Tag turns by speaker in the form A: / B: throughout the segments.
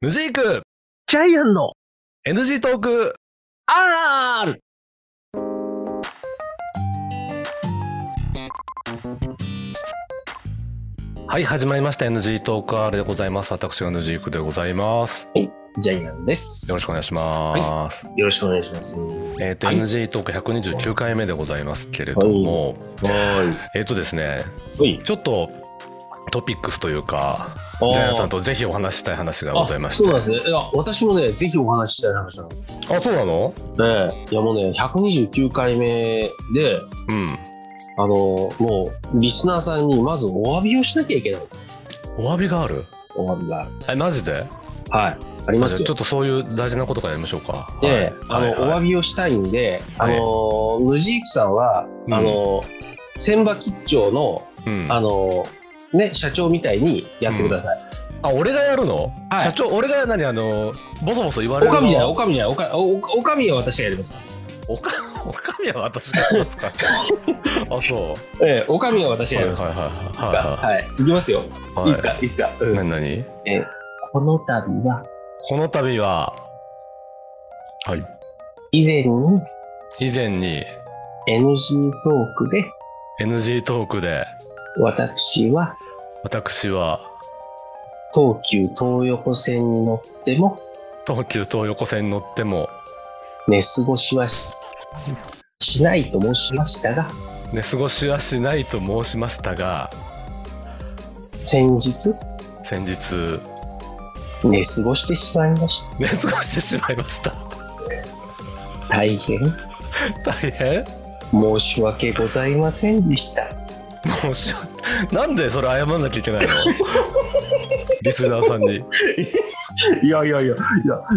A: ヌジーク
B: ジャイアンの
A: NG トーク
B: R!
A: はい始まりました NG トーク R でございます私がヌジークでございますよ
B: ジャイアンです。
A: ろしくお願いします、
B: す。よろしくお願いします。
A: えっ、と、
B: はい
A: NG トーク129回目でございますけれども、
B: は
A: えっ、とですね
B: い。はい。
A: ちょっとトピックスというか
B: あー
A: ジャイアンさんとぜひお話ししたい話がございまして
B: あそうなんですね。いや、私もね、ぜひお話ししたい話なの。
A: あそうなの
B: ええいや、もうね、129回目で、
A: うん
B: あの、もう、リスナーさんにまずお詫びをしなきゃいけない。
A: お詫びがある
B: お詫びが。
A: えマジで
B: はい。ありま
A: じゃあ
B: す
A: ちょ
B: よ。
A: っとそういう大事なことからやりましょうか
B: で、あの、お詫
A: び
B: びをしたいんで、あの、ムジークさんは、
A: うん
B: あの、千葉吉兆の、
A: うん
B: あの、ね、社長みたいにやってください。
A: あ俺がやるの、
B: はい
A: 社長俺が何あのボソボソ言われ
B: お
A: る
B: かみじゃない、
A: の
B: おかみじゃない、おか、お、おかみは私がやります。
A: おか おかみは私がやりますかあそ
B: ええ、おかみは私
A: う
B: が
A: は
B: や
A: い
B: り
A: はい
B: ます。
A: はいは
B: はい、いきますよ。
A: いはい
B: いいですか、いいですか。うん
A: 何何
B: ええこの度は、
A: この度ははい
B: 以前に
A: 以前に
B: NG トークで、
A: NG トークで
B: 私は
A: 私は
B: 東急東横線に乗っても、
A: 東急東横線に乗っても
B: 寝過ごしはししないと申しましたが、
A: 寝過ごしはしないと申しましたが
B: 先日、
A: 先日
B: 寝過ごしてしまいました。
A: 寝過ごしてしまいました
B: 大変
A: 大変
B: 申し訳ございませんでした。
A: 申し訳なんでそれ謝んなきゃいけないのリスナーさんに
B: いやいやいや、いや、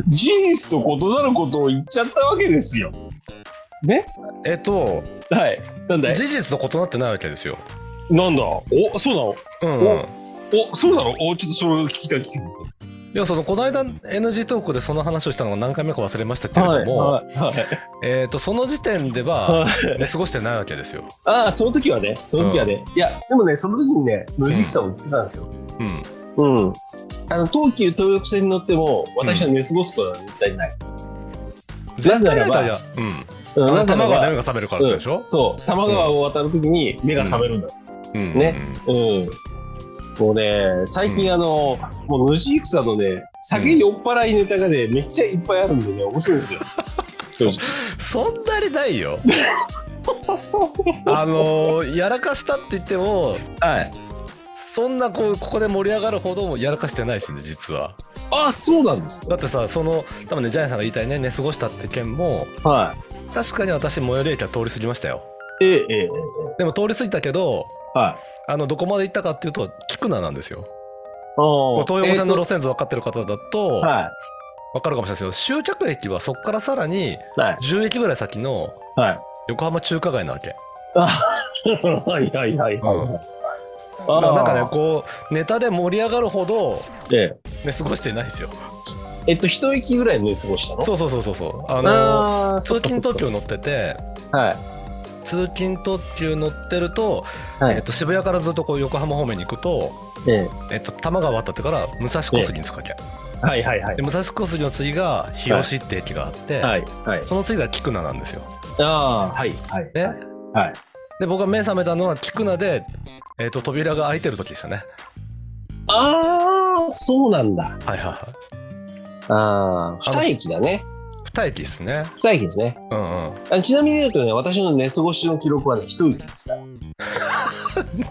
B: 事実と異なることを言っちゃったわけですよ。ね
A: えっと
B: はい。なんだい
A: 事実と異なってないわけですよ。
B: なんだお、そうなの
A: うんうん、
B: お、そうなのお、ちょっとそれを聞きたい。聞きたい
A: いやそのこの間 NG トークでその話をしたのが何回目か忘れましたけれども、
B: はい。はい。
A: えー、とその時点では
B: はい
A: 寝過ごしてないわけですよ。
B: ああ、その時はね、その時はね。いや、でもね、その時にね、無事さんも言ってたんですよ。
A: うん、
B: うん。あの、東急東横線に乗っても、私は寝過ごすことは絶対ない。
A: 絶対ない
B: な
A: か
B: ぜな
A: ら、うん、
B: うん、
A: あの
B: ぜな
A: 卵が
B: らば
A: 目が覚めるからってでしょ、
B: そう、多摩川を渡る時に目が覚めるんだ。
A: うんうん、
B: ねうん。もうね、最近あの、もう無事戦のね、酒酔っ払いネタがね、めっちゃいっぱいあるんでね、面白いですよ。
A: そんなにないよ。あのーやらかしたって言っても
B: はい。
A: そんなこうここで盛り上がるほどもやらかしてないしね実は。
B: あ、そうなんです
A: だってさその多分ねジャイアンさんが言いたいね寝過ごしたって件も
B: は
A: 確かに私最寄り駅は通り過ぎましたよ。
B: い。ええ、ええ、ええ。
A: でも通り過ぎたけど
B: はい。
A: あのどこまで行ったかっていうと菊名なんですよ。こ
B: あ
A: う東横線の
B: えー
A: 路線図分かってる方だと
B: とは
A: 分かるかもしれないですけど終着駅はそこからさらに
B: い。はい。
A: 10駅ぐらい先の
B: はい。
A: 横浜中華街なわけ。
B: あはいはいはいはい。
A: うん
B: あ
A: だからなんかね
B: ね、
A: こうネタで盛り上がるほど
B: え
A: 寝過ごしてないですよ。
B: ええっと、一息ぐらい寝過ごしたの
A: そうそうそうそうそう。あの
B: ああ、そ
A: 通
B: っか
A: 勤
B: そっか
A: 特急乗ってて
B: はい。
A: 通勤特急乗ってると,、
B: はい
A: えっと渋谷からずっとこう横浜方面に行くと。
B: ええ
A: えっと、多摩川渡ってから武蔵小杉に着くわけ、
B: はいはいはい
A: で。武蔵小杉の次が日吉って駅があって、
B: はいはい。
A: その次が菊名なんですよ、
B: ああ、はいはい。
A: ね
B: はい。
A: で僕が目覚めたのは菊名で、えっと扉が開いてる時でしたね
B: ああ、そうなんだ。
A: はいはいはい
B: ああ、
A: あの
B: 二駅だね。
A: 二駅ですね
B: 二駅ですね。
A: うんうん
B: あちなみに言うとね、私の寝過ごしの記録はね、一息ですから。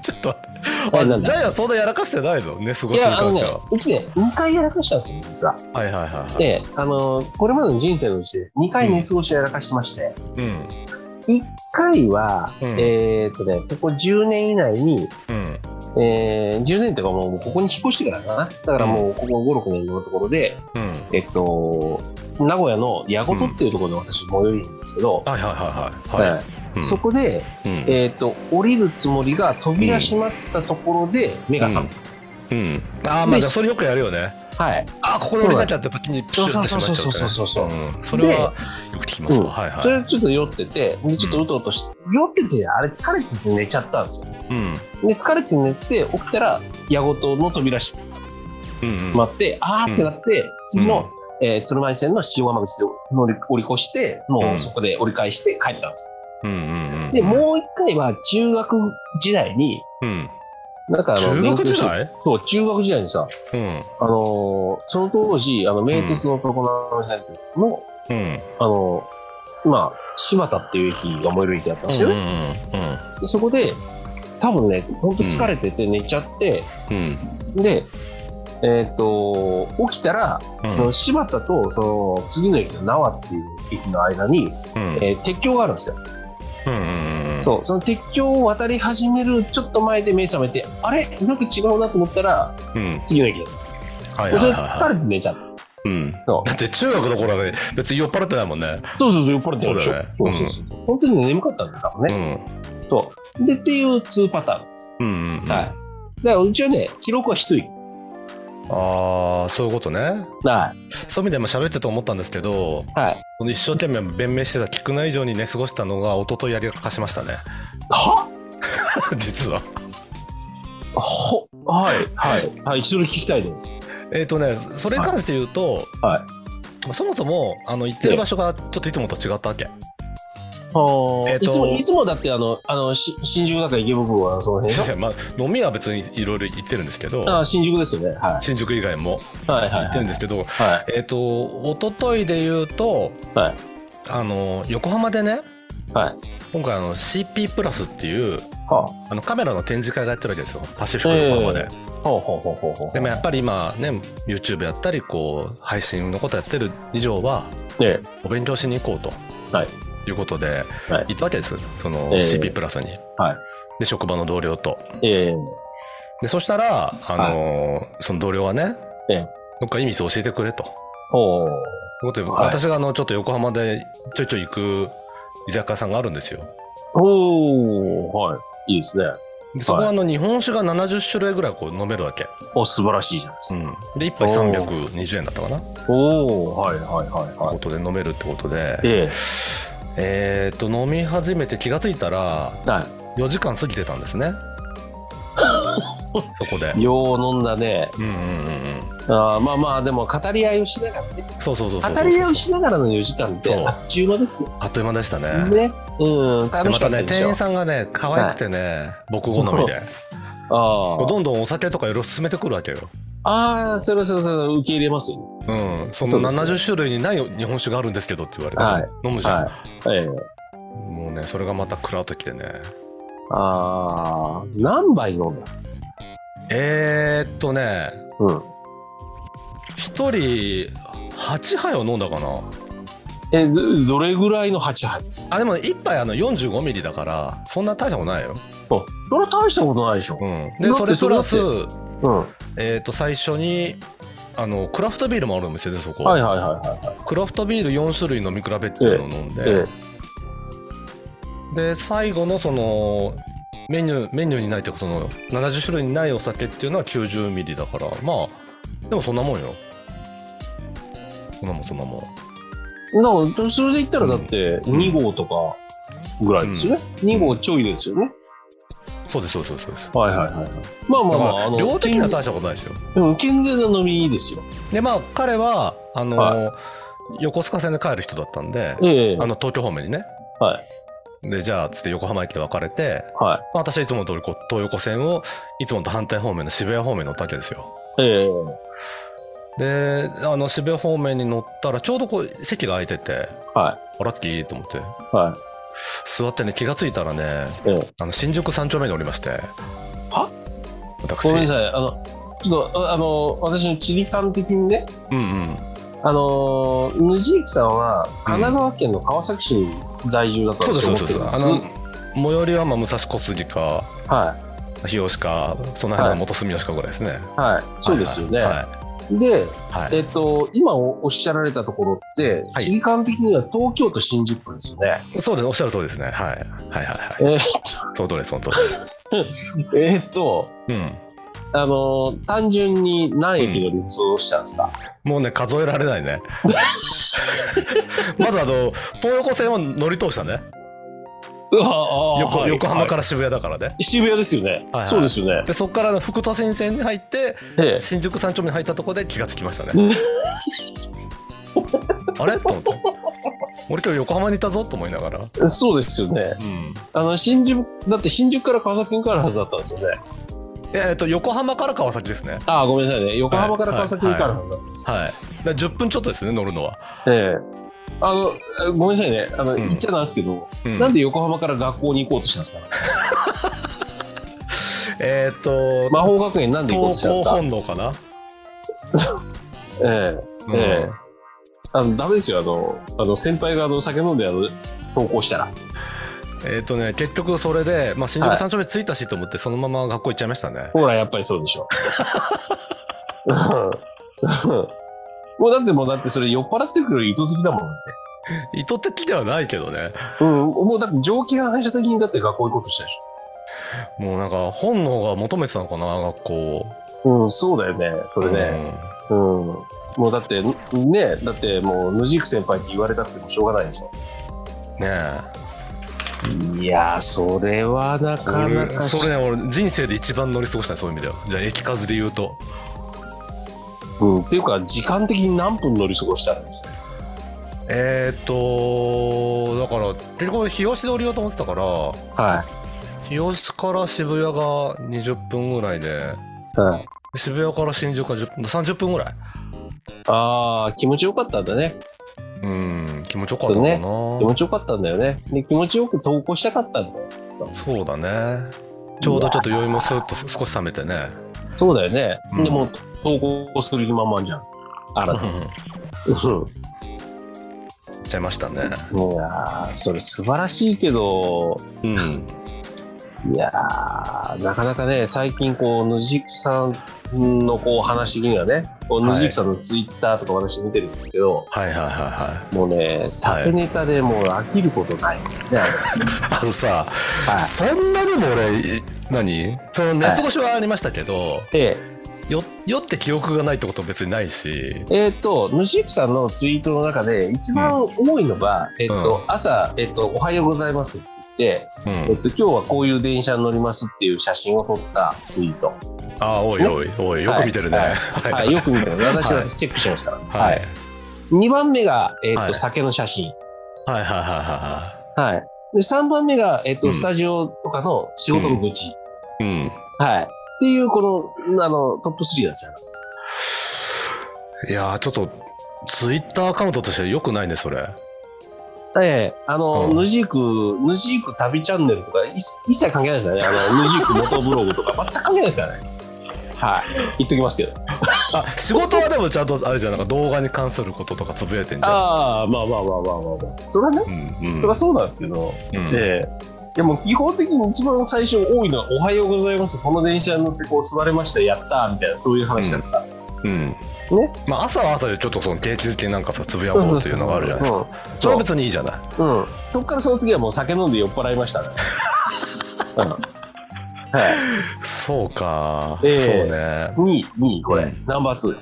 A: ちょっと待
B: あ
A: って
B: な
A: あ
B: んだ
A: ジャイアンそんなやらかしてないぞ寝過ご
B: い
A: しに
B: や、あ
A: 関
B: の
A: し
B: ね
A: ては、
B: うちね、2回やらかしたんですよ、実は。
A: はいはいはいはい
B: で、あのこれまでの人生のうちで2回寝過ごしやらかしてまして、
A: うん
B: 1回は、
A: うん
B: えーっとね、ここ10年以内に、
A: うん
B: えー10年とかもうここに引っ越してからかな。だからもうここ5、6年のところで、
A: うん
B: えっと、名古屋の矢事っていうところで私最寄りなんですけど、
A: はいはいはいはいは
B: え
A: い、うん
B: そこで、
A: うん
B: えーっと、降りるつもりが扉閉まったところで目が覚めた。
A: うんああまあじゃあそれよくやるよね
B: はい。
A: ああここで降りなきゃって時にプシュッてしまっちゃう
B: そうそうそうそうそうそう
A: からねうんそれはよく聞きますわ、
B: うん
A: はいはい
B: それでちょっと酔ってて、でちょっとうとうとして、酔ってて、あれ疲れてて寝ちゃったんですよ。
A: うん
B: で、疲れて寝て、起きたら、矢事の扉閉
A: うんうん
B: 待って、あーってなって、次の、えー鶴舞線の塩釜口で乗り折り越して、もうそこで折り返して帰ったんです。
A: うんうんうん
B: で、もう一回は中学時代に、
A: うん
B: なんかあの、
A: 中学時
B: 勉強し
A: 代
B: そう、中学時代にさ、
A: うん
B: あのーその当時、あの、名鉄の常滑線の、
A: うん
B: あのーまあ、柴田っていう駅が燃える駅だったんですけど、
A: う
B: ね
A: んうん
B: でそこで、多分ね、ほんと疲れてて寝ちゃって、
A: うん
B: で、えっ、と、起きたら、
A: うん
B: その柴田とその次の駅の縄っていう駅の間に、
A: うん
B: えー鉄橋があるんですよ、
A: うんうん
B: そうその鉄橋を渡り始めるちょっと前で目覚めてあれなんか違うなと思ったら
A: うん
B: 次の駅だった
A: はい
B: で
A: はい
B: そ
A: はいは
B: れで疲れて寝ちゃった
A: いうん
B: そ
A: だって中学の頃はね別に酔っ払ってないもんね
B: うそうそうそう酔っ払ってるでし
A: そ
B: ょ
A: うだね
B: そうそうそう本当に眠かったんだよ多分
A: う
B: ね、
A: ん
B: そうでっていう2パターンです、
A: うんうんうん
B: はい
A: あ
B: だからうちはね記録は一人
A: あーそういうことね
B: はい
A: そういう意味でも喋ってて思ったんですけど
B: はい
A: この一生懸命弁明してた菊名以上に寝過ごしたのが一昨日やりかしましたね
B: は
A: 実は
B: ほはいはいはい一人聞きたいで
A: えっ、とねそれに関して言うと、
B: はい
A: そもそもあの行ってる場所がちょっといつもと違ったわけ、えーと
B: いつもいつもだってあのあのし新宿だから池袋はその辺でし
A: まあ、飲みは別にいろいろ行ってるんですけど
B: ょあー新宿ですよねはい
A: 新宿以外も
B: は
A: 行
B: いはい
A: っ
B: は
A: てる
B: い
A: んですけど、
B: は
A: えっ、と一昨日で言うと、
B: はい
A: あの横浜でね
B: いはい。
A: 今回あの CP プラスっていう
B: は
A: あのカメラの展示会がやってるわけですよパシフィック横浜で、
B: あ、ほうほうほうほうほう。
A: でもやっぱり今ね YouTube やったりこう配信のことやってる以上は
B: え
A: お勉強しに行こうと、、
B: はい
A: うことで
B: はい
A: 行ったわけですその
B: ええ
A: CP プラスに、
B: はい
A: で職場の同僚と
B: ええ
A: でそしたら、あのーその同僚がね、
B: ええ
A: どっかいい店教えてくれと。
B: ほう。
A: ということで、
B: はい
A: 私があのちょっと横浜でちょいちょい行く居酒屋さんがあるんですよ。
B: ほう。はい。いいですね。
A: でそこはあの日本酒が70種類ぐらいこう飲めるわけ。
B: お、素晴らしいじゃないですか。
A: うんで1杯320円だったかなと
B: おおはいはいはい
A: いう
B: は
A: こ
B: い。
A: とで飲めるってことで、
B: え
A: えーっと飲み始めて気がついたら
B: えは
A: 4時間過ぎてたんです ね。そこで。
B: い。よう飲んだね。
A: うんうんうんうん。
B: あーまあまあ、でも語り合いをしながらね。
A: そうそうそうそうそう。
B: 語り合いをしながらの4時間って
A: そう
B: あっちゅう間ですよ
A: あっという間でしたね。
B: ね。うん、
A: で
B: 楽
A: ま
B: しか
A: た
B: った
A: ね
B: で
A: 店
B: しょ
A: 員。さんがね可愛くてね、僕好みで
B: あー
A: どんどんお酒とかいろいろ進めてくるわけよ、
B: あー、それそれそれ受け入れますよね。
A: うん、そ
B: そう
A: の
B: ですね
A: 70種類にない日本酒があるんですけどって言われて、
B: はい
A: 飲むじゃん、
B: はい。ええ
A: もうねそれがまたクラッときてね
B: ああ、何杯飲んだ
A: えー、っとね
B: うん。
A: 1人8杯を飲んだかな
B: え、ずどれぐらいの8杯ですか
A: あでも1杯あの45ミリだからそんな大したことないよ、
B: あそれは大したことないでしょ。
A: うん、で
B: だって
A: それプラス
B: それうん。は
A: えー、っと最初にあのクラフトビールもあるお店でそこ、
B: いはいはいはい。
A: クラフトビール4種類飲み比べっていうのを飲んで、
B: え
A: で最後のそのメニューメニューにないってことの70種類にないお酒っていうのは90ミリだからまあでもそんなもんよそんなもんそんなもん
B: え。だから、それで言ったらだって、
A: ん
B: 2号とかぐらいですよね。2号ちょいですよね。
A: そうですそうですそうです
B: はいはいはいはい。まあ
A: だ
B: まあま
A: か
B: あ、あ
A: ら
B: の、
A: 量的には
B: 健
A: 大したことないですよ
B: 全うん健全な飲みですよ。
A: でまあ彼はあの、
B: は
A: 横須賀線で帰る人だったんで、
B: ええ。
A: あ
B: はい。
A: の東京方面にね
B: はい。
A: でじゃあつって横浜駅で別れて、まあ私はいつも通りこう東横線をいつもと反対方面の渋谷方面に乗ったわけですよ
B: ええ。
A: であの渋谷方面に乗ったらちょうどこう席が空いてて
B: は
A: あラッキーと思って
B: い。は
A: 座ってね気がついたらね、
B: ええ
A: あの新宿三丁目におりまして
B: は
A: 私
B: い。ごめんなさい。あの、ちょっと、ああの、私の地理観的にね、
A: うんうん
B: あのー、ヌジークさんは神奈川県の川崎市に在住だった
A: そうです
B: と
A: そう
B: 思
A: です
B: って
A: そ
B: る
A: うんで
B: ですす
A: あの最寄りはまあ武蔵小杉か
B: はい。
A: 日吉かその辺
B: は
A: の
B: い
A: 元住吉かぐらいですね、
B: はい、そうですよね。
A: はい
B: で、
A: はい、
B: えっと、今おっしゃられたところって、
A: はい
B: 地理観的には東京都新宿区ですよね。
A: そうですおっしゃる通りですねはいはいはいはい
B: えっ
A: そうですそうです
B: と、えっと、
A: うん
B: あのー単純に何駅の流通をしたんですか、
A: もうね数えられない ねまずあの東横線を乗り通したね
B: ああ
A: 横
B: はい
A: 横浜か
B: は
A: ら渋谷だからね、
B: い渋谷ですよね、
A: はいはい
B: そうですよね
A: でそこからの副都心線に入って
B: ええ
A: 新宿三丁目に入ったとこで気がつきましたね あれと思って俺今日横浜にいたぞと思いながら、
B: そうですよね
A: うん
B: あの新宿だって新宿から川崎に帰るはずだったんですよね
A: えーっと横浜から川崎ですね
B: ああごめんなさいね横浜から川崎に帰るはずだったんです、
A: はいで10分ちょっとですね乗るのは、
B: ええあのえごめんなさいねあの、
A: ん
B: 言っちゃなんですけど、
A: うん
B: なんで横浜から学校に行こうとしたんですか
A: えーっと、
B: 魔法学園なんで行こうとし
A: 東
B: たんで
A: 高
B: すか
A: 本能かな、
B: え
A: うん
B: ええあのダメですよあのあの先輩があの酒飲んであの投稿したら
A: えーっとね結局それで、まあ、新宿
B: はい
A: 三丁目着いたしと思ってそのまま学校行っちゃいましたね、
B: ほらやっぱりそうでしょうんうんもうだってもうだってそれ酔っ払ってくる意図的だもんだっ
A: 意図的ではないけどね
B: てうんもうだって上気が反射的にだって学校行こうとしたでし
A: もうなんか本能が求めてたのかな学校を
B: ょうんそうだよねそれねうん、もうだってねだってもうヌジーク先輩って言われたくてもしょうがないでしょ
A: うんねえ
B: いやーそれはなかな
A: 俺
B: か
A: それね俺人生で一番乗り過ごしたねそういう意味ではじゃあ駅数で言うと
B: うん、っていうか時間的に何分乗り過ごしたんですか
A: えーっとだから結局日吉で降りようと思ってたから
B: は
A: 日吉から渋谷が20分ぐらいで
B: い、はい、
A: 渋谷から新宿が10分30分ぐらい
B: ああ気持ちよかったんだね
A: うん気持ちよかったのかな、
B: 気持ちよかったんだよねで気持ちよく投稿したかったんだよ
A: そうだねちょうどちょっと酔いもスーッと少し冷めてね
B: そうだよね、
A: うん
B: でも投稿する暇満々じゃんあらた
A: うん
B: う
A: 行っちゃいましたね
B: んいやーそれ素晴らしいけど
A: うん
B: いやーなかなかね最近こうヌジークさんのこう話にはねこう
A: はい
B: ヌジークさんのツイッターとか私見てるんですけど、
A: はいはいはいはい
B: もうね酒ネタでもう飽きることない、ねはい
A: あのさそんなでも俺い何その寝過ごしはありましたけど、
B: で
A: よ酔って記憶がないってことは別にないし
B: えっ、と、ヌシークさんのツイートの中で一番重いのが、えっ、と、朝、えっ、と、おはようございますって
A: う
B: 言って、えっ、
A: ん
B: と、今日はこういう電車に乗りますっていう写真を撮ったツイート。
A: ああおいおいおいよく見てるね
B: は
A: は
B: い
A: い
B: はい、よく見てる。私
A: は
B: はいチェックしますから。
A: はい
B: はい。2番目が、えっ、と、
A: はい
B: 酒の写真。
A: はいはいはいは
B: はい。で、3番目が、えっ、と、
A: うん
B: スタジオとかの仕事の愚痴。
A: いうん
B: はい。っていう、この、あの、トップ3なんですよ。
A: いやーちょっとツイッターアカウントとしてよくないねそれ
B: ええあの、
A: うん
B: ヌジーク、ヌジーク旅チャンネルとか、い一切関係ないですからね。あの、ヌジ ーク元ブログとか、全く関係ないですからね。はい。言っときますけど。
A: あ仕事はでもちゃんとあれじゃんなんか動画に関することとかつぶやいてんじゃ
B: ああ、まあまあまあまあまあまあ。それはね、
A: んうんうん
B: それはそうなんですけど、
A: うん
B: ええでも基本的に一番最初多いのは、おはようございます。この電車に乗ってこう座れました。やったーみたいな、そういう話なんですか。
A: うん
B: ね
A: まあ朝は朝でちょっとその景気づけなんかさつぶやこうっていうのがあるじゃないですか
B: うん
A: それは別にいいじゃない
B: うん。そっからその次はもう酒飲んで酔っ払い ましたね。うん。はい。
A: そうか、
B: ええ
A: そうね
B: 2位、2位、これ、
A: うん
B: ナンバー2。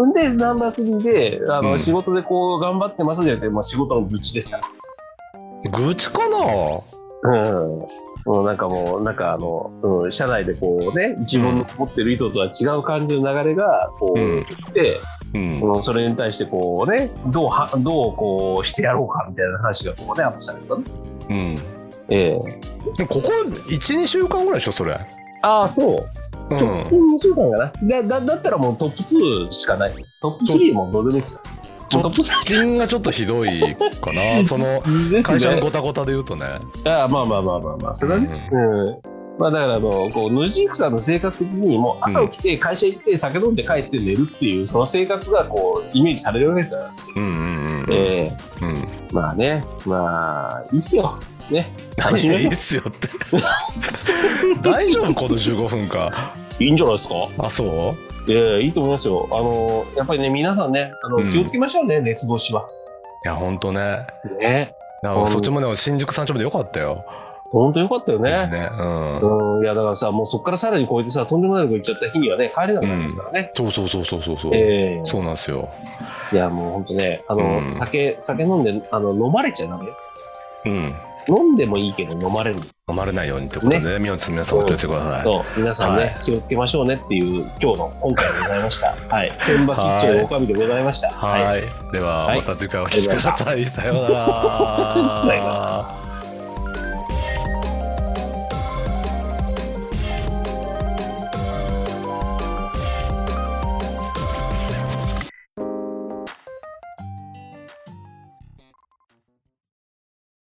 A: うん
B: んで、ナンバー3で、あの、
A: うん
B: 仕事でこう、頑張ってますじゃなくて、もう仕事の愚痴ですか
A: 愚痴かな
B: ら。うん。もうなんかもう、なんかあの、うん、社内でこうね、自分の持ってる意図とは違う感じの流れが、こう、
A: うん
B: で、
A: うん
B: うんそれに対してこうね、どうは、どうこうしてやろうかみたいな話がこうね、アップされたね。
A: うん
B: ええ
A: でもここ12週間ぐらいでしょそれ
B: ああ、そう。
A: うん
B: 直近2週間かな。だ、だ、だったらもうトップ2しかないですよ。トップ3もどうでもいいですか
A: ちょ
B: もうトップ3
A: 直近がちょっとひどいか なその
B: ですね
A: 会社のごたごたで言うとね
B: ああまあまあまあまあまあそれはねうん、まあだからもうこうヌジークさんの生活的にもう朝起きて会社行って酒飲んで帰って寝るっていうその生活がこうイメージされるわけですよ、
A: うんうんうんうん、
B: ええ
A: うん
B: まあねまあいいっすよね楽し
A: い
B: み
A: やい
B: ましょ
A: いっすよって 大丈夫この15分か
B: ういいんじゃないですか
A: あそ
B: ええいいと思いますよあのやっぱりね皆さんねあの、
A: うん
B: 気をつけましょうね寝過ごしは
A: ういやほんとね
B: ね
A: だからそっちもね新宿三丁目でよかったよ
B: 本当よかったよ
A: です
B: ね
A: ねうん
B: うんいやだからさもうそこからさらに超えてさとんでもないとこ行っちゃった日にはね帰れなくなりますからね、
A: そうそうそうそうそうそう、
B: ええ
A: そうなんですよ
B: いや、もう本当ね、あの、
A: うん
B: 酒、酒飲んで、あの、飲まれちゃダメよ。
A: うん
B: 飲んでもいいけど飲まれる
A: 飲まれないようにってことで、ね、皆さん皆さんお気をつけください。
B: と皆さんね、
A: はい
B: 気をつけましょうねっていう今日の今回でございました。はい、千葉キッチン狼でございました。
A: はい、では
B: はい
A: また次回お聞きください。さようなら
B: さような。